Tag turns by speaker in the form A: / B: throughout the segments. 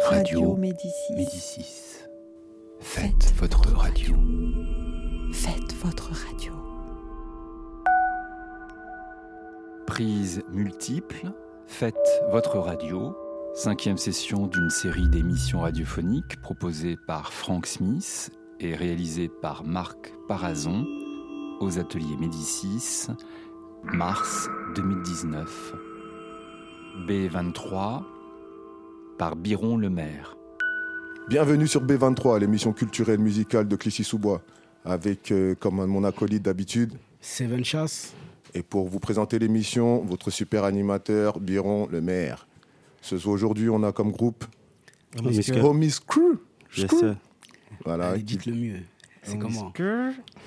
A: Radio
B: Médicis.
A: Médicis. Faites, votre radio.
B: Faites votre radio.
A: Prise multiple. Faites votre radio. Cinquième session d'une série d'émissions radiophoniques proposée par Frank Smith et réalisée par Marc Parazon aux ateliers Médicis, mars 2019. B23 par Biron Lemaire.
C: Bienvenue sur B23, l'émission culturelle musicale de Clichy-sous-Bois, avec euh, comme mon acolyte d'habitude.
D: Seven Chasse.
C: Et pour vous présenter l'émission, votre super animateur, Biron le maire. Ce soir, aujourd'hui, on a comme groupe Homies Crew. Crew. Voilà,
D: Allez,
C: Ah, qui-
D: dites le mieux. C'est comment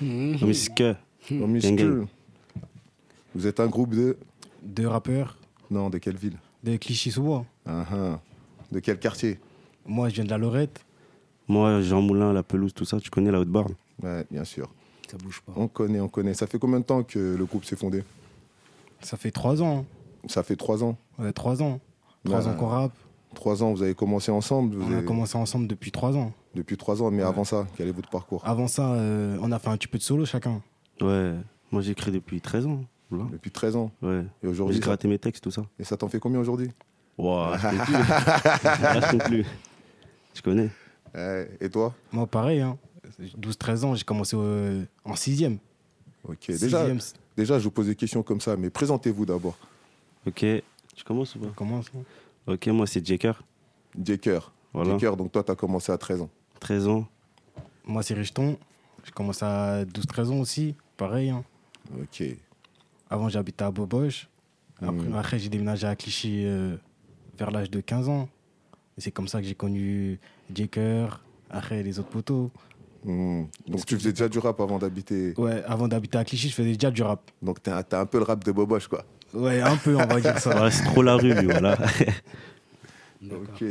D: Mhm.
E: Homisque.
C: Homies
E: Gang, gang.
C: Crew. Vous êtes un groupe de.
F: Deux rappeurs
C: Non, de quelle ville
F: de Clichy-sous-Bois.
C: Ah, ah. De quel quartier
F: Moi, je viens de la Lorette.
E: Moi, Jean Moulin, la pelouse, tout ça, tu connais la haute barre
C: Ouais, bien sûr.
D: Ça bouge pas.
C: On connaît, on connaît. Ça fait combien de temps que le groupe s'est fondé
F: Ça fait trois ans.
C: Ça fait trois ans.
F: On a trois ans. Trois
C: Ouais.
F: ans qu'on rappe.
C: Trois ans, vous avez commencé ensemble vous
F: On a
C: avez-
F: commencé ensemble depuis trois ans.
C: Depuis trois ans, mais avant ça, quel est votre parcours
F: Avant ça, euh, on a fait un petit peu de solo chacun.
E: Ouais, moi j'écris depuis 13 ans. Voilà.
C: Depuis 13 ans.
E: Ouais.
C: Et
E: J'ai
C: aujourd'hui, ça-
E: gratté mes textes, tout ça.
C: et ça t'en fait combien aujourd'hui
E: Waouh, je compte plus. Là, je compte plus. Je connais.
C: Euh, Et toi
F: Moi, pareil. Hein. 12-13 ans, j'ai commencé euh, en sixième.
C: Ok, déjà,
F: Sixième, ça
C: déjà, je vous pose des questions comme ça, mais présentez-vous d'abord.
E: Ok, tu commences ou pas
F: commence. hein.
E: Ok, moi c'est Jaker.
C: Jaker.
E: Voilà.
C: Jaker, donc toi, tu as commencé à 13 ans.
E: 13 ans.
F: Moi, c'est Richeton. J'ai commencé à 12-13 ans aussi. Pareil. hein.
C: Ok.
F: Avant, j'habitais à Boboche. Après,
C: Mm.
E: Hmm.
F: après, j'ai déménagé à Clichy euh, vers l'âge de 15 ans. Et c'est comme ça que j'ai connu Jaker, après les autres poteaux.
C: Hmm. Donc tu faisais déjà du rap avant d'habiter.
F: Ouais, avant d'habiter à Clichy, je faisais déjà du rap.
C: Donc t'as as un peu le rap de Boboche, quoi.
F: Ouais, un peu, on va dire ça.
E: Ouais, c'est trop la rue, lui, voilà.
D: D'accord.
C: Ok.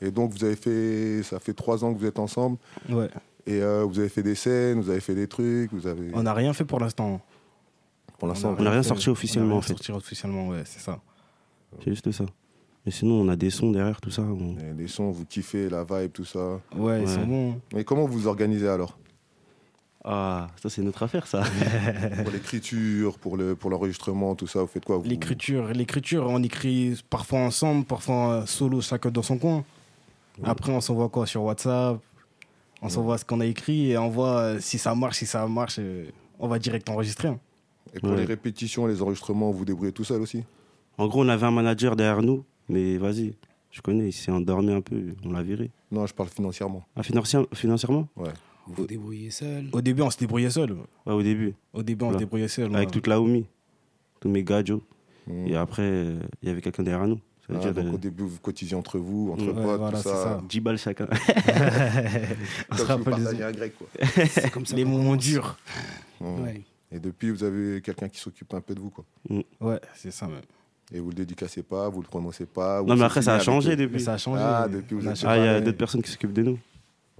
C: Et donc vous avez fait, ça fait trois ans que vous êtes ensemble
F: Ouais.
C: et euh, vous avez fait des scènes, vous avez fait des trucs, vous avez.
F: On n'a rien fait pour l'instant.
C: Pour l'instant,
E: On n'a rien sorti officiellement,
F: On a
E: en fait.
F: sorti officiellement, ouais, c'est ça.
E: C'est juste ça. Mais sinon, on a des sons derrière, tout ça. on-
C: les les sons, vous kiffez la vibe, tout ça.
F: Ouais, ils
E: Ouais.
F: sont bons.
C: Mais comment vous vous organisez alors
E: Ah, ça c'est notre affaire, ça.
C: pour l'écriture, pour le pour l'enregistrement, tout ça, vous faites quoi vous-
F: L'écriture, l'écriture, on écrit parfois ensemble, parfois euh, solo, chacun dans son coin. Après, on s'envoie quoi sur WhatsApp On s'envoie ce qu'on a écrit et on voit euh, si ça marche, si ça marche, euh, on va direct enregistrer. hein.
C: Et pour
E: Ouais.
C: les répétitions, les enregistrements, vous vous débrouillez tout seul aussi
E: En gros, on avait un manager derrière nous, mais vas-y, je connais, il s'est endormi un peu, on l'a viré.
C: Non, je parle financièrement.
E: Ah, financière- financièrement
D: Vous vous débrouillez seul.
F: Au début, on se débrouillait seul.
E: Ouais, au début,
F: Au début, on
E: Voilà.
F: se débrouillait seul.
E: avec
F: ouais.
E: toute la homie, tous mes gars, Joe.
C: Mm.
E: Et après, euh, il y avait quelqu'un derrière nous. Ça veut
C: Ah,
E: dire
C: donc
E: euh,
C: au début, vous cotisiez entre vous, entre
F: Ouais,
C: potes,
F: voilà,
C: tout
F: c'est
C: ça.
F: ça.
E: 10 balles
F: On
E: chacun.
C: Comme
F: se
C: si vous
F: rappelle des-
C: partagez un grec, quoi.
D: C'est comme ça.
F: les
D: qu'on
F: moments
D: commence.
F: durs.
C: Mm.
D: Ouais.
C: Et depuis, vous avez quelqu'un qui s'occupe un peu de vous, quoi.
F: Ouais, c'est ça même.
C: Et vous le dédicacez pas, vous le prononcez pas. vous
E: non, mais
C: le
E: après, ça a
C: signez avec
E: changé
C: eux.
F: Mais
E: depuis.
F: ça a changé.
C: Ah, depuis, vous
F: On a
C: êtes-
F: changé.
E: Ah, il y a
C: pareil.
E: d'autres personnes qui s'occupent de nous.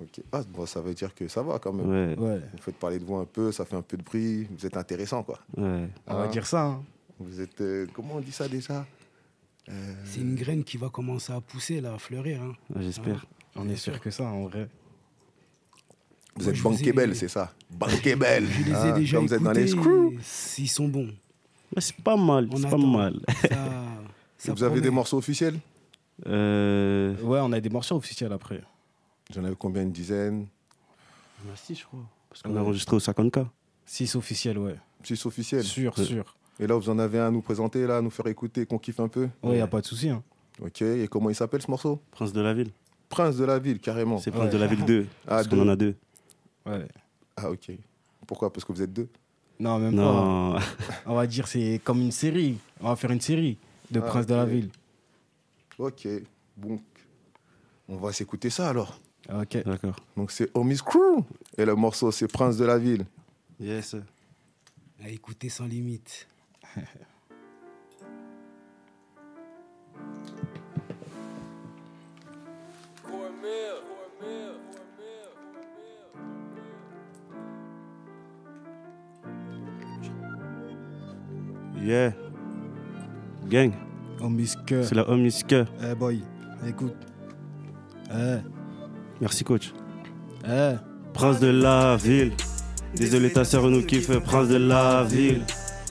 C: Ok. Ah, bon, ça veut dire que ça va quand même.
E: Ouais,
F: Ouais,
C: Vous faites parler de vous un peu, ça fait un peu de bruit. Vous êtes intéressant, quoi.
E: ouais.
F: on va
C: Ah.
F: dire ça. hein.
C: Vous êtes. euh, comment on dit ça déjà Euh,
D: C'est une graine qui va commencer à pousser, là, à fleurir. hein.
E: Ah, J'espère.
F: On est sûr que ça, en vrai.
C: Vous
D: Moi,
C: êtes
D: je vous ai-
C: bankable, c'est ça. Bankable.
D: Je les ai
C: hein,
D: déjà
C: Comme vous êtes dans les screws.
D: écoutés, Ils sont bons.
E: Ouais, c'est pas mal,
D: On
E: c'est pas
D: attend.
E: mal.
D: Ça,
C: Et
D: ça
C: vous avez
D: promet.
C: des morceaux officiels
E: Euh...
F: Ouais, on a des morceaux officiels après.
C: J'en avais combien Une dizaine
E: Merci, je crois. Parce qu'on
F: Ouais.
E: a enregistré au 50K.
F: Six officiels, ouais.
C: Six officiels.
F: Sûr, sûr.
C: Et là, vous en avez un à nous présenter, là, à nous faire écouter, qu'on kiffe un peu.
F: Ouais, y a pas de souci. hein.
C: Ok, et comment il s'appelle ce morceau
E: Prince de la Ville.
C: Prince de la ville, carrément.
E: C'est Prince de la Ville 2. parce qu'on
C: deux.
E: en a deux.
F: Ouais.
C: Ah, ok. Pourquoi Parce que vous êtes deux
F: Non, même pas.
E: Non.
F: On va dire c'est comme une série. On va faire une série de
C: Ah,
F: Prince de la
C: ok.
F: Ville.
C: Ok, bon. On va s'écouter ça alors.
F: Ok.
E: D'accord.
C: Donc c'est Homies Crew. Et le morceau, c'est Prince de la ville.
E: Yes.
D: À écouter sans limite.
E: Yeah. Gang,
F: On misque.
E: c'est la Homisque.
F: Eh boy, écoute. Eh,
E: Merci, coach.
F: eh.
E: Prince de la ville. Désolé, ta sœur nous kiffe. Prince de la ville.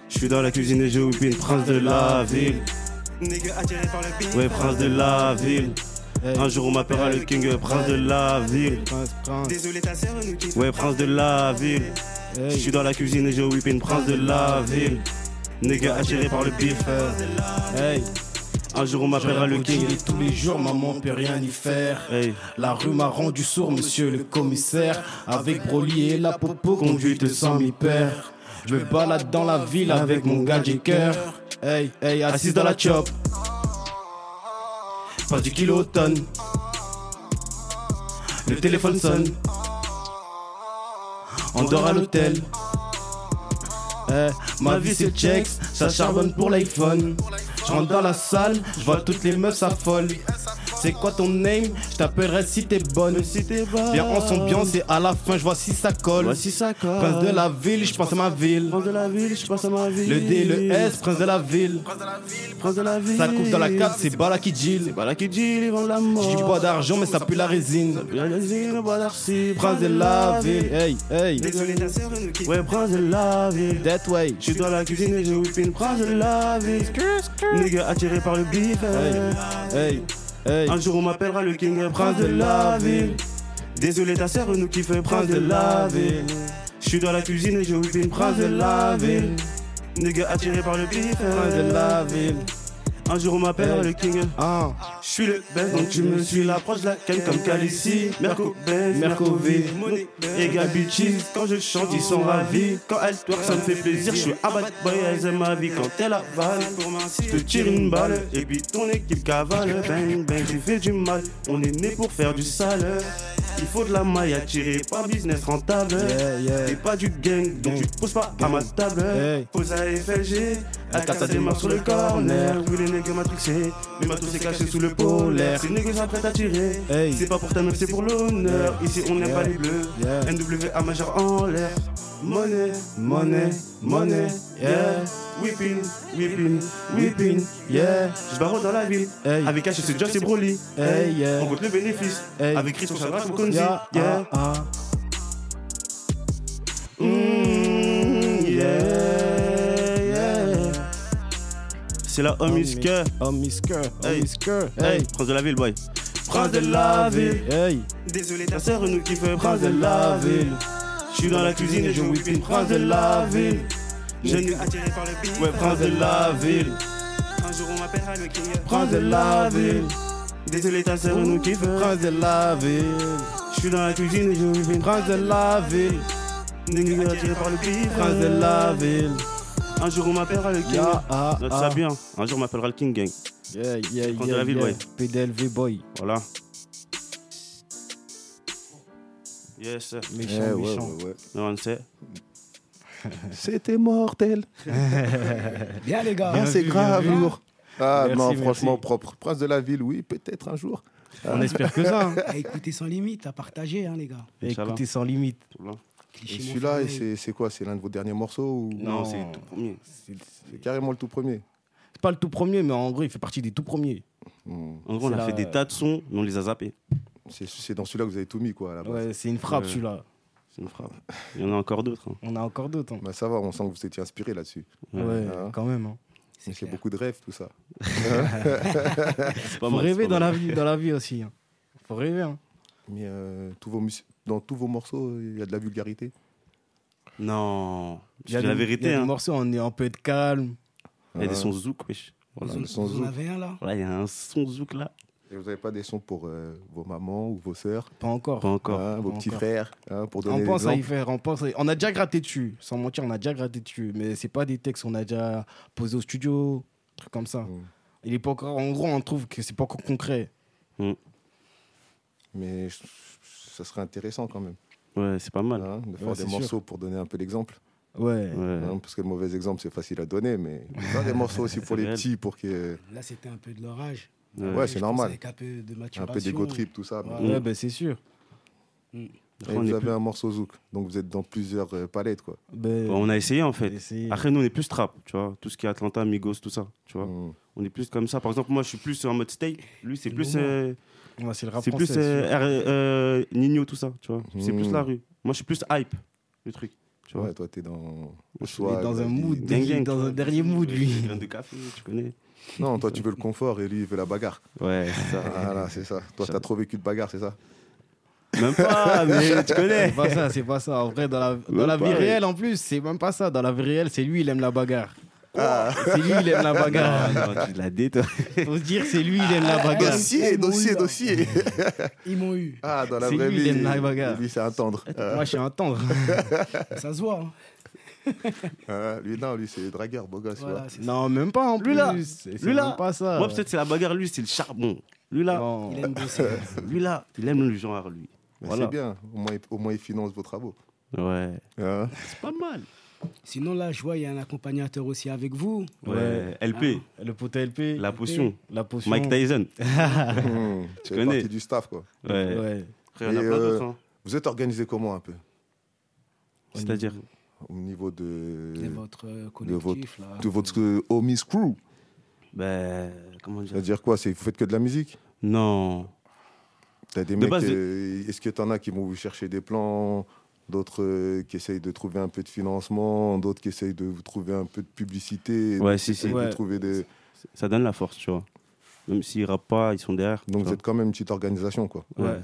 E: Je suis dans la cuisine et j'ai oublié. Prince de la ville. Ouais, prince de la ville.
F: eh.
E: Un jour on m'appellera le king, prince de la ville.
F: Prince, prince.
E: Ouais, prince de la ville. Je
F: Hey,
E: suis dans la cuisine et j'ai whippé une prince de la ville. Nigga attiré par le bif.
F: Eh, hey.
E: Un jour on m'appellera le king. Eh,
F: Et tous les jours, maman peut rien y faire.
E: Hey.
F: La rue m'a rendu sourd, monsieur le commissaire. Avec Broly et la popo, conduite sans mi père. Je me balade dans la ville avec mon gars cœur. Hey, hey, assise dans la chop. Pas du kilotonne. Le téléphone sonne. On dort à l'hôtel. Eh, ma vie c'est checks, ça charbonne pour l'iPhone. Je rentre dans la salle, je vois toutes les meufs s'affolent. C'est quoi ton name Je t'appellerai si t'es bonne. Viens, on s'ambiance et à la fin, je vois si ça colle.
E: Voici ça quoi.
F: Prince de la ville, je pense à ma ville.
E: Prince de la ville, je passe à ma ville.
F: Le D, le S, prince de la ville.
E: prince de la ville.
F: Ça coupe dans la cape, c'est bala qui deal.
E: Voilà qui dit, ils vendent la
F: J'ai du bois
E: mort.
F: d'argent, mais ça pue la résine.
E: La résine, le bois d'arcy.
F: Prince de la ville, hey, hey,
E: Ouais, prince de la ville.
F: that way.
E: Je suis dans la cuisine et j'ai whippé une prince de la ville. Nigga attiré par le bif.
F: Hey, hey,
E: Un jour on m'appellera le king, prince de la ville. Désolé ta sœur nous kiffe, prince de la ville. Je suis dans la cuisine et je whip une prince de la ville. Nigga attiré par le bif,
F: prince de la ville.
E: Un jour on m'appellera le king.
F: Ah,
E: Je suis le best, donc tu me suis l'approche de la canne comme Calici, Merco Benz, Merco V, Monet et Gabi Cheese. Quand je chante, ils sont ravis. Quand elle twerk, ça me fait plaisir. Je suis à bad boy, elles aiment ma vie. Quand elle avale, je te tire une balle. Et puis ton équipe cavale. Bang, bang, tu fais du mal. On est né pour faire du sale. Il faut de la maille à tirer, pas business rentable.
F: yeah, yeah.
E: T'es pas du gang, donc tu te poses pas à ma table.
F: Hey.
E: Pose à FLG, à carte à des morts sur le corner. Oui, les nègres matrixés, mais ma est cachée sous le polaire. Ces nègres s'apprêtent à tirer,
F: Hey.
E: c'est pas pour ta meuf, c'est pour l'honneur. Ici, on n'aime
F: Yeah.
E: pas les bleus.
F: Yeah.
E: NWA majeur en l'air. Monnaie, monnaie, monnaie, yeah. Whipping, whipping, whipping, yeah. J'barre dans la ville,
F: Hey.
E: avec H, c'est Joss et Broly.
F: Hey, yeah.
E: On compte le bénéfice,
F: Hey.
E: avec Chris, on s'adresse au Konzi,
F: Yeah,
E: yeah.
F: ah, ah. ah.
E: Mm, yeah, yeah. C'est la homies que.
F: Oh, Miss Kerr, oh,
E: Hey.
F: Miss Kerr.
E: Hey, prince de la ville, boy. Prince de la ville.
F: Hey,
E: Désolé, ta sœur nous kiffe. Prince de la ville. Je suis dans la cuisine et je whip une prince de la ville. Je ne attiré par le beat. Ouais, prince de la ville.
G: Un jour on m'appellera le king.
E: Prince de la ville. Désolé, ta sœur nous kiffe.
F: prince de la ville.
E: Je suis dans la cuisine et je whip une
F: Prince de la ville,
E: Désolé, attiré par le beat.
F: prince de la ville.
E: Un jour on m'appellera le king.
F: Yeah, ah,
E: Note
F: ah.
E: ça bien. Un jour on m'appellera le king gang.
F: Yeah, yeah,
E: Prince de
F: yeah,
E: la ville,
F: yeah.
E: ouais.
F: PDLV boy.
E: Voilà. Yes, sir.
F: Méchant,
C: Eh, ouais,
F: méchant.
C: ouais, ouais.
E: No one said.
C: C'était mortel.
D: Bien, les gars.
C: Ah, c'est grave lourd. Ah
F: Merci,
C: non,
F: merci.
C: franchement propre. Prince de la ville, oui, peut-être un jour.
F: On espère que ça. hein.
D: À écouter sans limite, à partager, hein, les gars.
E: Inch'Allah.
F: Écoutez sans limite.
D: Cliché
C: Et
D: mon
C: celui-là,
D: frère,
C: c'est c'est quoi C'est l'un de vos derniers morceaux ou...
E: Non, c'est le tout premier.
F: C'est c'est
C: C'est carrément le tout premier.
F: pas le tout premier, mais en gros, il fait partie des tout premiers.
C: Hmm.
E: En gros, on
F: C'est
E: a
F: la-
E: fait des tas de sons, mais on les a zappés.
C: C'est- C'est dans celui-là que vous avez tout mis, quoi, à la base.
F: Ouais, c'est une frappe
E: Ah Ouais.
F: celui-là.
E: C'est une frappe. Il y en a encore d'autres. hein.
F: On a encore d'autres. hein.
C: Bah, ça va, on sent que vous étiez inspiré là-dessus.
E: Ouais.
F: Ouais,
C: Ah.
F: quand même. hein.
D: C'est
C: C'est
D: clair.
C: beaucoup de rêves, tout ça.
E: C'est pas
F: Faut
E: mal,
F: rêver
E: Bah, c'est pas
F: dans la
E: mal.
F: vie, dans la vie aussi. hein. Faut rêver. hein.
C: Mais euh, tous vos mus- dans tous vos morceaux, euh, il y a de la vulgarité.
E: Non.
F: Il y a
E: C'est la
F: des- Il y
E: vérité.
F: a des
E: hein.
F: morceaux, on, est, on peut être calme.
E: Il y
C: Ah.
E: a des sons zouk, wesh. Voilà.
D: Vous en-
C: le son
D: vous en
C: zouk.
D: avez un, là
E: Voilà, il y a un son zouk là.
C: Et vous n'avez pas des sons pour euh, vos mamans ou vos sœurs,
F: Pas encore.
E: Pas encore.
C: hein, vos
F: pas
C: petits
F: encore.
C: frères, hein, pour donner
F: On pense à y
C: l'exemple.
F: faire, on pense. à y- On a déjà gratté dessus, sans mentir, on a déjà gratté dessus, mais c'est pas des textes qu'on a déjà posés au studio, trucs comme ça.
C: Mm.
F: Il est pas encore. En gros, on trouve que c'est pas encore concret.
C: Mais je- ça serait intéressant quand même
E: Ouais, c'est pas mal.
C: hein, de faire
F: Ouais,
C: des
F: c'est sûr.
C: morceaux pour donner un peu l'exemple.
F: Ouais.
E: Ouais.
C: hein, parce que le mauvais exemple, c'est facile à donner, mais faire des morceaux aussi pour
E: C'est
C: les
E: réel.
C: petits, pour que
D: Là, c'était un peu de l'orage.
E: Ouais.
C: Ouais,
D: Je
C: c'est
D: pense
C: normal.
D: Avec un peu de
C: un
D: maturation.
C: peu d'ego trip, tout ça. mais-
D: Ouais.
F: Ouais, bah, c'est sûr.
C: Et
E: Après, on,
C: vous
E: est
C: avez
E: plus-
C: un morceau zouk, donc vous êtes dans plusieurs euh, palettes, quoi.
F: Ben,
E: Bon, on a essayé en
F: on
E: fait.
F: va essayer.
E: Après, nous, on est plus trap, tu vois. Tout ce qui est Atlanta, Migos, tout ça, tu vois.
C: Hmm.
E: On est plus comme ça. Par exemple, moi, je suis plus en mode state. Lui, c'est plus
D: Lourd.
E: euh,
F: Ouais, c'est le rap
E: C'est
F: français.
E: plus euh,
F: c'est-
E: R- euh, Nino, tout ça, tu vois. C'est
C: Mmh.
E: plus la rue. Moi, je suis plus hype, le truc. Tu vois.
C: Ouais, toi, t'es dans le
E: suis
C: swag,
F: dans
C: la
F: un
C: vie.
F: mood.
E: Dingue,
F: il est dans
E: tu vois.
F: un dernier mood, lui.
E: Il vient de café, tu connais.
C: Non, toi, tu veux le confort et lui, il veut la bagarre.
E: Ouais, c'est ça.
C: Voilà, c'est ça. Toi,
E: Ça-
C: t'as trop vécu de bagarre, c'est ça
E: Même pas, mais tu
F: C'est
E: connais.
F: pas ça, c'est pas ça. En vrai, dans la, dans la
E: pas,
F: vie
E: ouais.
F: réelle, en plus, c'est même pas ça. Dans la vie réelle, c'est lui, il aime la bagarre. C'est lui, il aime la bagarre.
E: Ah non, tu la détends.
F: Faut se dire, c'est lui, il aime la bagarre.
C: Dossier, dossier, dossier.
D: Ils m'ont eu.
C: Ah, dans la
F: C'est
C: vraie
F: lui,
C: vie.
F: il aime la bagarre.
C: Lui, c'est un tendre. Euh,
F: Moi, je suis un tendre.
D: Ça se voit. hein.
C: euh, lui, non, lui, c'est dragueur, beau gosse.
D: Voilà, c'est ça.
F: Non, même pas en plus.
E: Lui là.
F: C'est c'est
E: Lui là.
F: même pas ça.
E: Moi, peut-être c'est la bagarre, lui, c'est le charbon. Lui là,
F: Non.
D: Il aime bosser.
E: lui là, il aime le genre, lui.
C: Mais
E: Voilà.
C: C'est bien, au moins, il- au moins il finance vos travaux.
E: Ouais,
C: Hein
E: c'est pas mal.
D: Sinon, là, je vois, il y a un accompagnateur aussi avec vous.
E: Ouais, LP,
F: Le pote LP,
E: la
F: la,
E: potion.
F: potion.
E: Mike Tyson.
C: Hmm, tu fais
E: connais.
C: partie du staff, quoi.
E: Ouais.
F: Ouais.
E: Après, il y en a
C: Et,
E: plein
C: euh,
E: d'autres. hein.
C: Vous êtes organisé comment un peu
E: C'est-à-dire,
C: Au niveau de,
D: C'est votre euh,
C: de votre-
D: collectif, là.
C: de votre euh, homies crew
E: ben, comment dire
C: C'est-à-dire quoi C'est vous faites que de la musique
E: Non.
C: T'as des
E: De
C: mecs.
E: base, de-
C: euh, Est-ce que t'en as qui vont vous chercher des plans D'autres euh, qui essayent de trouver un peu de financement, d'autres qui essayent de vous trouver un peu de publicité,
E: Ouais, si,
C: qui
E: si.
C: essayent
F: Ouais.
C: de trouver des.
E: Ça donne la force, tu vois. Même s'ils rappent pas, ils sont derrière.
C: Donc
E: tu
C: vous êtes quand même une petite organisation, quoi.
E: vois.
F: Ouais.
E: Ouais.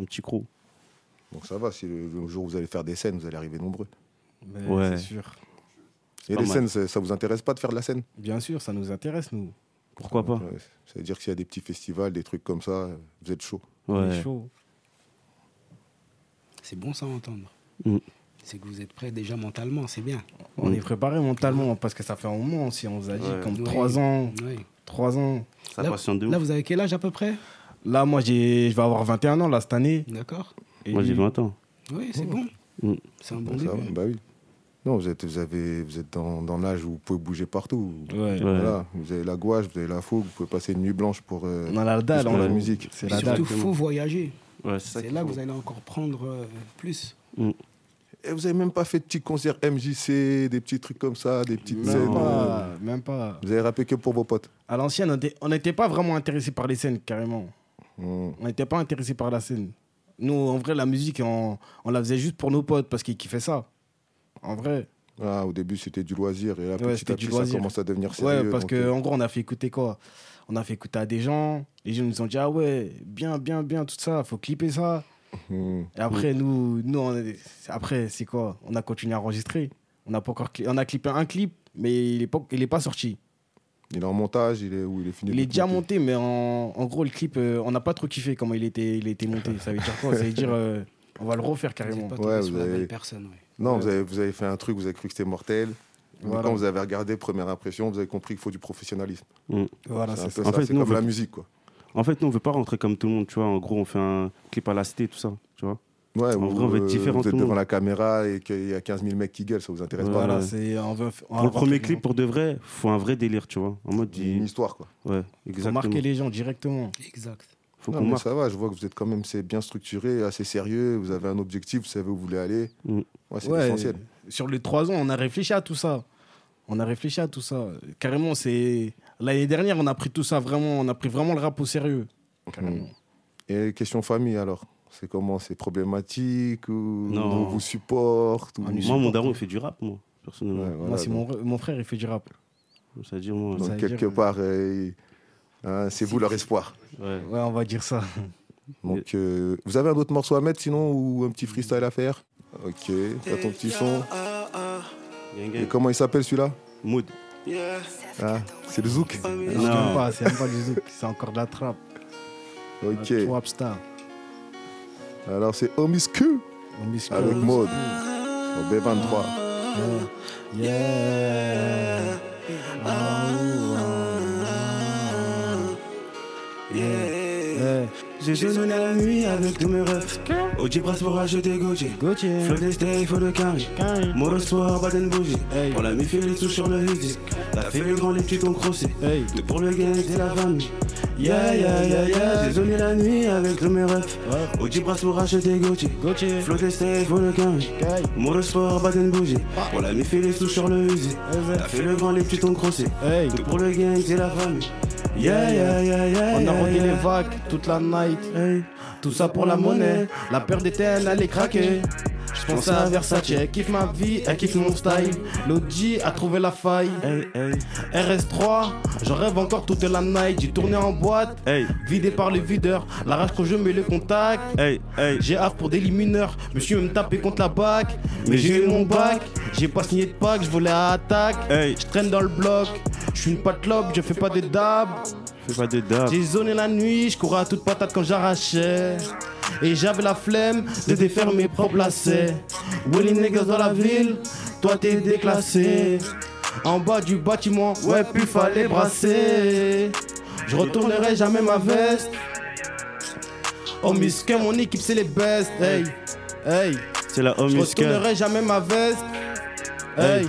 E: Un petit crew.
C: Donc ça va, si le, le jour où vous allez faire des scènes, vous allez arriver nombreux.
F: Mais
E: Ouais.
F: C'est sûr.
C: Et
E: pas
C: les
E: mal.
C: scènes, ça, ça vous intéresse pas de faire de la scène
F: Bien sûr, ça nous intéresse, nous.
E: Pourquoi pas
C: Ouais, Ça veut dire que s'il y a des petits festivals, des trucs comme ça, euh, vous êtes chaud.
F: On
E: Ouais.
F: est chaud.
D: C'est bon ça à entendre.
E: Mm.
D: C'est que vous êtes prêts déjà mentalement, c'est bien.
F: On
E: Mm.
F: est préparé mentalement parce que ça fait un moment aussi. On vous a dit
E: Ouais.
F: comme
D: Oui.
F: 3 ans.
D: Ouais.
F: 3 ans.
E: Ça
D: Là-
E: passionne de
D: Là,
E: ouf.
D: vous avez quel âge à peu près
F: Là, moi, j'ai- je vais avoir 21 ans là, cette année.
D: D'accord
F: Et
E: Moi, j'ai 20 ans.
D: Oui, c'est bon.
E: Mm.
D: C'est un bon
C: Donc ça va,
D: début.
C: bah oui. Non, vous êtes, vous avez, vous êtes dans, dans l'âge où vous pouvez bouger partout.
F: Ouais.
E: Ouais.
C: Voilà, vous avez la gouache, vous avez la fougue, vous pouvez passer une nuit blanche pour. euh,
F: On a la dalle.
C: Juste
F: on
C: pour
F: a-
C: la musique.
F: C'est
D: Et
F: la dalle.
D: surtout,
E: date.
D: faut voyager.
E: Ouais, c'est ça
D: C'est
E: qu'il
D: là que
E: faut.
D: vous allez encore prendre euh, plus.
C: Et Eh, vous avez même pas fait de petits concerts MJC, des petits trucs comme ça, des petites
F: Même
C: scènes. euh,
F: pas, même pas.
C: Vous avez rappé que pour vos potes.
F: À l'ancienne, on était- on n'était pas vraiment intéressé par les scènes, carrément.
C: Hmm.
F: On n'était pas intéressé par la scène. Nous, en vrai, la musique, on, on la faisait juste pour nos potes parce qu'ils kiffaient ça. En vrai.
C: Ah, au début, c'était du loisir. Et là, petit
F: c'était
C: à
F: du
C: petit,
F: loisir.
C: ça commence à devenir sérieux.
F: Ouais, parce
C: donc,
F: que
C: euh,
F: en gros, on a fait écouter quoi On a fait écouter à des gens. Les gens nous ont dit Ah ouais, bien, bien, bien, tout ça, faut clipper ça.
C: hmm.
F: Et après, nous, nous on est- après, c'est quoi On a continué à enregistrer. On a, pas encore cli- on a clippé un clip, mais il n'est pas, il est pas sorti.
C: Il est en montage, il est où Il est fini.
F: Il
C: de
F: est déjà
C: monter.
F: monté, mais en, en gros, le clip, euh, on n'a pas trop kiffé comment il était, il était monté. Ça veut dire quoi Ça veut dire euh, on va le refaire
D: Vous
F: carrément.
D: n'êtes pas
C: Ouais,
D: tombé sur
C: vous
D: la
C: avez-
D: bonne personne. ouais.
C: Non, vous, avez, vous avez fait un truc, vous avez cru que c'était mortel. Mais
F: Voilà.
C: quand vous avez regardé, première impression, vous avez compris qu'il faut du professionnalisme.
F: Voilà,
C: c'est un
F: c'est
C: peu
E: ça. En
C: ça,
E: fait,
C: c'est
E: nous,
C: comme
E: on
C: la
E: veut-
C: musique, quoi.
E: En fait, nous, on veut pas rentrer comme tout le monde, tu vois. En gros, on fait un clip à la cité, tout ça, tu vois.
C: Ouais,
E: En
C: vous,
E: vrai, on veut être
C: euh,
E: différent,
C: Vous
E: tout
C: êtes
E: le
C: devant
E: monde.
C: la caméra et qu'il y a 15 000 mecs qui gueulent, ça vous intéresse
E: Ouais,
C: pas.
F: Voilà,
E: ouais.
F: c'est on veut, on
E: Pour
F: va
E: le premier
F: rapidement.
E: clip, pour de vrai, faut un vrai délire, tu vois. En mode,
C: Une
E: il-
C: histoire, quoi.
E: ouais,
F: Faut
E: exactement.
F: marquer les gens directement.
D: Exact.
E: Faut
C: Non,
E: qu'on
C: mais
E: marque.
C: ça va, je vois que vous êtes quand même c'est bien structuré, assez sérieux, vous avez un objectif, vous savez où vous voulez aller.
E: Mm.
C: Ouais, c'est
F: Ouais,
C: essentiel.
F: Sur les trois ans, on a réfléchi à tout ça. On a réfléchi à tout ça. Carrément, c'est l'année dernière, on a pris tout ça vraiment, on a pris vraiment le rap au sérieux.
E: Hmm,
F: Carrément.
C: Mm. Et question famille, alors C'est comment C'est problématique ou
E: Non.
C: on vous supporte ou...
F: Ah, nous-
E: Moi, mon daron, il fait du rap, moi, personnellement.
C: Ouais,
F: Moi,
C: voilà,
F: c'est
C: donc-
F: mon, mon frère, il fait du rap.
E: C'est-à-dire, moi,
C: donc
F: ça veut
C: quelque
F: dire, euh,
C: part, euh, hein, c'est vous leur espoir.
E: ouais.
F: Ouais, on va dire ça.
C: Donc, euh, vous avez un autre morceau à mettre sinon ou un petit freestyle à faire Ok, t'as ton petit son.
G: Ah, ah,
E: Gang,
C: Et
E: gang.
C: comment il s'appelle celui-là
E: Mood.
G: yeah.
C: Ah, C'est le zouk
F: Je
E: Non.
F: l'aime pas, c'est même pas du zouk, c'est encore de la trappe.
C: Ok.
F: Un trap star.
C: Alors c'est Homies Q
F: On biscuit.
E: Ah
C: avec Mode. Au B23.
F: Yeah. Ah, ouh, ah, yeah.
G: J'ai jeûné la nuit avec tous mes refs. OG brasse pour acheter Gauthier.
F: Gauthier.
G: Flow d'Esther, il faut le carry.
F: Carré.
G: Moro soir, baden bougie.
F: Hey.
G: On l'a mis fait les sous sur le disque. La fait le grand, les petits ont crossé.
F: Hey.
G: Tout pour le gain, c'est la famille. Yeah, yeah, yeah, yeah. J'ai jeûné la nuit avec tous mes refs.
F: Ouais.
G: OG brasse pour acheter Gauthier.
F: Gauthier.
G: Flow d'Esther, il faut le carry.
F: Caille.
G: Moro soir, baden bougie. On l'a mis fait les sous sur le usine.
F: Hey.
G: La fait le grand, les petits ont crossé.
F: Hey.
G: Tout pour le gain, c'est la famille.
E: Yeah, yeah, yeah, yeah.
F: On a
E: yeah,
F: rogué
E: yeah.
F: les vagues toute la night.
E: Hey.
F: Tout ça pour la monnaie. La paire d'étaines, elle est craquée. Je pense à Versace, elle kiffe ma vie, elle kiffe mon style. L'OG a trouvé la faille.
E: Hey, hey,
F: RS3, je rêve encore toute la night. J'ai tourné en boîte,
E: hey,
F: vidé par le videur. La rage quand je mets le contact.
E: hey, hey.
F: J'ai hâte pour des lits mineurs. Monsieur me taper contre la bac. Mais j'ai eu mon bac. J'ai pas signé de pack, je voulais à attaque.
E: Hey.
F: Je traîne dans le bloc. Je suis une patelope, je fais pas de dab.
E: Fais pas de dab.
F: J'ai zoné la nuit, je courais à toute patate quand j'arrachais. Et j'avais la flemme de défaire mes propres lacets. Ouais, les niggas dans la ville, toi t'es déclassé. En bas du bâtiment, ouais, puis fallait brasser. Je retournerai jamais ma veste. Oh, mais ce que mon équipe, c'est les best. Hey, hey.
E: C'est la
F: Je
E: homisca.
F: retournerai jamais ma veste. Hey.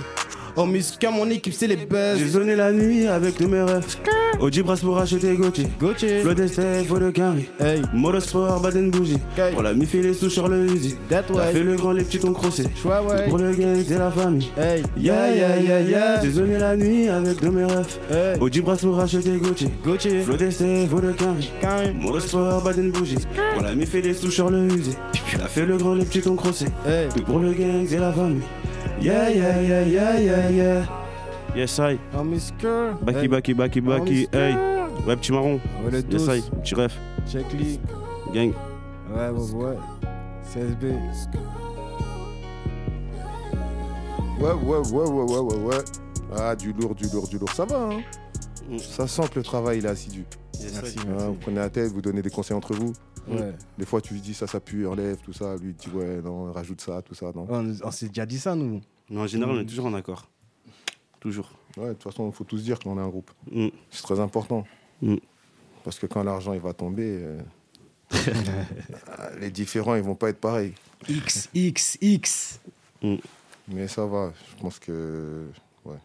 F: Oh, mais ce que mon équipe, c'est les
E: J'ai
F: best.
E: zoné la nuit avec tous mes rêves. Audi brasse pour acheter Gauthier.
F: Gauthier.
E: Le destin, faut le carré.
F: Hey,
E: Motorsport, baden bougie.
F: Okay.
E: Pour la mifée, les sous sur le usine.
F: that
E: T'as fait
F: way.
E: le grand, les petits t'ont crossé.
F: Ouais, ouais.
E: Pour le gang, c'est la famille.
F: Hey,
E: Yeah, yeah, yeah, yeah. Oh, J'ai
F: Hey,
E: zoné la nuit avec tous mes rêves.
F: hey.
E: Audi brasse pour acheter Gauthier.
F: Gauthier,
E: Le destin, faut le carré.
F: Karim,
E: Motorsport, baden bougie. Pour la mifée, les sous sur le usine. T'as fait le grand, les petits t'ont crossé.
F: hey.
E: Tout pour le gang, c'est la famille. Yeah, yeah, yeah, yeah, yeah, yeah. Yes, I.
F: Oh, Misker.
E: Baki,
F: Hey,
E: baki, baki, baki.
F: oh,
E: Hey.
F: Mister.
E: Ouais, petit marron.
F: Ouais, les
E: Yes,
F: tous.
E: I. Petit ref.
F: Check Lee.
E: Gang.
F: Ouais, ouais, ouais. CSB.
C: Ouais, ouais, ouais, ouais, ouais, ouais, ouais. Ah, du lourd, du lourd, du lourd. Ça va, hein
E: Mm.
C: Ça sent que le travail, il est assidu.
F: Merci,
C: Hein, vous prenez la tête, vous donnez des conseils entre vous.
F: Ouais.
C: Des fois, tu lui dis ça, ça pue, enlève, tout ça. Lui, il dit ouais, non, rajoute ça, tout ça, non.
F: On, on s'est déjà dit ça, nous.
E: Mais en général, on est toujours en accord. Toujours.
C: Ouais, de toute façon, il faut tous dire qu'on est un groupe.
E: Mm.
C: C'est très important.
E: Mm.
C: Parce que quand l'argent, il va tomber, euh, les différents, ils vont pas être pareils.
D: X, X, X.
C: Mais ça va, je pense que. Ouais.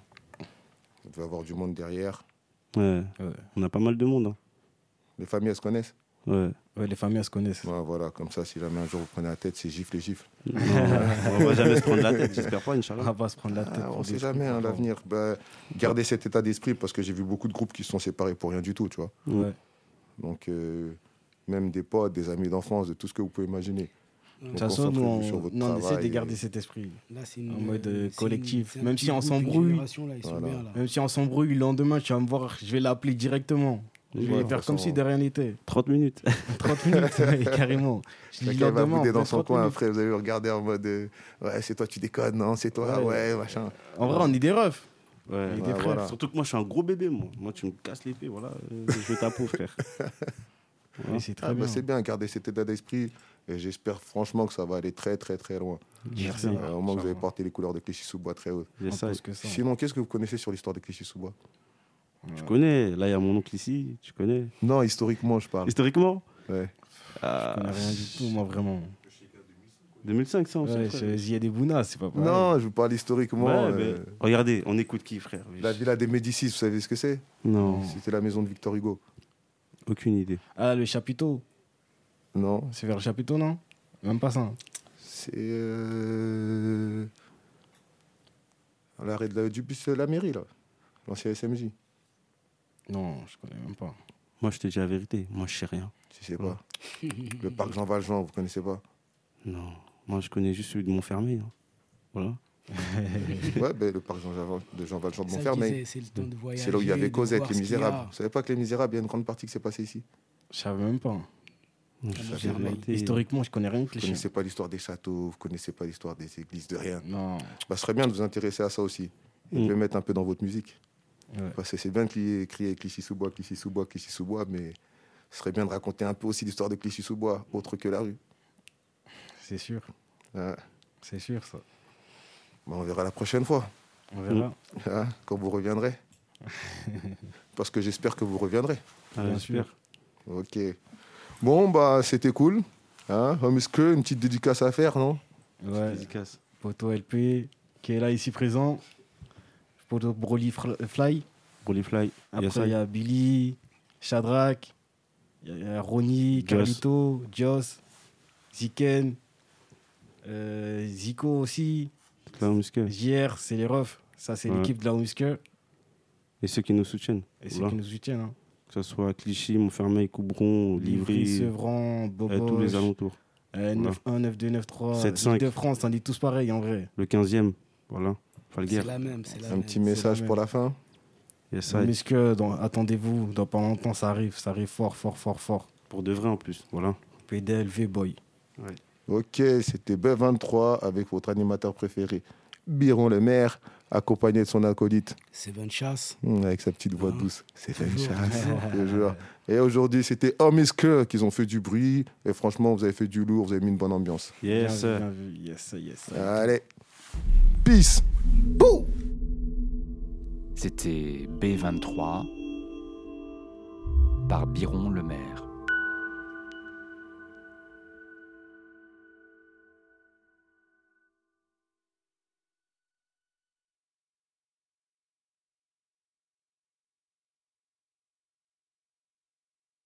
C: Il va y avoir du monde derrière.
E: Ouais.
F: Ouais.
E: On a pas mal de monde. hein.
C: Les familles, elles se connaissent
E: Ouais.
F: Ouais, les familles, elles se connaissent.
C: Ouais, Voilà, comme ça, si jamais un jour vous prenez la tête, c'est gifle et gifle.
E: Non, on va jamais se prendre la tête, j'espère pas,
F: On
E: Inch'Allah.
F: va pas se prendre la tête.
C: Ah, on
F: pour
C: sait
F: des
C: jamais
F: trucs
C: hein,
F: encore.
C: l'avenir. Bah, gardez cet état d'esprit parce que j'ai vu beaucoup de groupes qui se sont séparés pour rien du tout, tu vois.
F: Ouais.
C: Donc, euh, même des potes, des amis d'enfance, de tout ce que vous pouvez imaginer.
F: De toute façon, nous,
C: concentrez-vous
F: on,
C: sur votre
F: nous, on essaie de
C: travail euh, et-
F: garder cet esprit.
D: Là, c'est une-
F: En mode, euh,
D: c'est une-
F: collectif.
D: c'est un
F: Même
D: petit
F: si on
D: groupe, une
F: s'embrouille.
D: génération, là, ils sont
C: Voilà.
D: bien, là.
F: Même si on s'embrouille, le lendemain, tu vas me voir, je vais l'appeler directement. Je vais
C: Ouais,
F: faire
C: façon,
F: comme si de rien n'était.
E: 30 minutes.
F: 30 minutes, ouais, carrément. Je dis
C: Chacun va
F: lendemain, on
C: bouder
F: fait
C: dans son
F: 30
C: coin,
F: minutes.
C: après vous allez vous regarder en mode euh, Ouais, c'est toi, tu déconnes, non, c'est toi,
F: Ouais.
C: ouais, machin.
F: En vrai, on est des refs.
E: Ouais.
F: Il est
C: Ouais,
F: frère,
C: voilà.
E: Surtout que moi, je suis un gros bébé, moi. Moi, tu me casses l'épée, voilà. euh, je veux ta peau, frère.
F: Oui, c'est très
C: Ah, bah,
F: bien.
C: c'est bien, garder cet état d'esprit. Et j'espère franchement que ça va aller très, très, très loin.
E: Merci.
C: Euh, au moins que vous avez porté les couleurs de Clichy-sous-Bois très haut.
E: Yes,
F: On
E: I.
F: pense que ça.
C: Sinon, qu'est-ce que vous connaissez sur l'histoire de Clichy-sous-Bois
E: Tu connais, là, il y a mon oncle ici, tu connais.
C: Non, historiquement, je parle.
E: Historiquement
C: Ouais.
E: Ah,
F: On a rien du tout, moi, vraiment.
C: Ah,
E: 2500, c'est
F: euh, Ouais,
E: frère.
F: c'est- il y a des Bounas, c'est pas pareil.
C: Non, je vous parle historiquement.
E: Ouais,
C: euh,
E: mais Regardez, on écoute qui, frère
C: La villa des Médicis, vous savez ce que c'est
E: Non,
C: C'était la maison de Victor Hugo.
E: aucune idée.
F: Ah, le chapiteau.
C: Non,
F: C'est vers le chapiteau, non Même pas ça.
C: c'est. euh, à L'arrêt de la, du bus de la mairie, là. L'ancien SMJ.
F: Non, je connais même pas.
E: Moi, je te dis la vérité, moi, je sais rien.
C: Je sais pas. Le parc Jean Valjean, vous connaissez pas
E: Non, moi, je connais juste celui de Montfermeil. hein. Voilà.
C: Ouais, ben, le parc Jean Valjean, de Jean Valjean de
D: Ça, je
C: Montfermeil.
D: disais, C'est le temps de voyager.
C: C'est là où il y avait
D: de
C: Cosette,
D: voir
C: les
D: ce qu'il y a.
C: Misérables. Vous savez pas que les Misérables, il y a une grande partie qui s'est passée ici
F: Je savais même pas.
E: Non,
D: Ah,
E: je sais
D: moi, j'ai
E: la vérité.
F: Historiquement, je connais rien que
C: Vous
F: les chiens.
C: connaissez pas l'histoire des châteaux, vous connaissez pas l'histoire des églises, de rien.
F: Non.
C: Bah, ce serait bien de vous intéresser à ça aussi. Et
E: Mm.
C: de le mettre un peu dans votre musique.
F: Ouais.
C: Parce que c'est bien de crier, crier Clichy-sous-Bois, Clichy-sous-Bois, Clichy-sous-Bois, mais ce serait bien de raconter un peu aussi l'histoire de Clichy-sous-Bois, autre que la rue.
F: C'est sûr.
C: Hein.
F: C'est sûr, ça.
C: Bah, on verra la prochaine fois,
F: On verra.
C: hein, quand vous reviendrez. Parce que j'espère que vous reviendrez.
E: Ah,
F: Bien
E: j'espère.
C: Ok. Bon, bah, c'était cool. Hein, Homies Crew, une petite dédicace à faire, non
F: Ouais.
E: Dédicace.
F: Poto LP, qui est là ici présent. Poto Broly Fr- Fly.
E: Pour les fly. Yes,
F: Après,
E: I.
F: il y a Billy, Shadrach, il y a Ronnie,
E: Joss.
F: Carlito, Joss, Ziken, euh, Zico aussi,
E: Clown Muscat.
F: JR, c'est les refs. Ça, c'est
E: Ouais.
F: l'équipe de la Whisker
E: Et ceux qui nous soutiennent.
F: et ceux
E: Oula.
F: qui nous soutiennent. hein.
E: Que ce soit Clichy, Montfermeil, Coubron, Livry,
F: Livry, Sevran,
E: euh, tous
F: Boboche,
E: les alentours.
F: euh, 9-1, 9-2, 9-3,
E: 7-5.
F: Ligue de France, on dit tous pareil en vrai.
E: Le 15e, voilà. Falguer.
D: C'est la même, c'est la
C: Un
D: même.
C: petit message
F: la
C: pour la fin
E: Il y a ça.
F: Mais ce que, dans- attendez-vous, dans pas longtemps, ça arrive, ça arrive fort, fort, fort, fort.
E: Pour de vrai en plus. Voilà.
F: PDL, V-Boy.
C: Ok, c'était B23 avec votre animateur préféré, Biron le maire, accompagné de son acolyte,
D: C'est bonne chasse.
C: hum, avec sa petite voix
D: Ah,
C: douce. C'était une
D: toujours,
C: chasse,
D: toujours.
C: je te jure. Et aujourd'hui, c'était Homme is Clear qu'ils ont fait du bruit. Et franchement, vous avez fait du lourd, vous avez mis une bonne ambiance.
E: Yes.
F: Bien vu, bien vu. Yes, sir, yes. sir.
C: Allez, peace
A: C'était B23 par Biron Lemaire.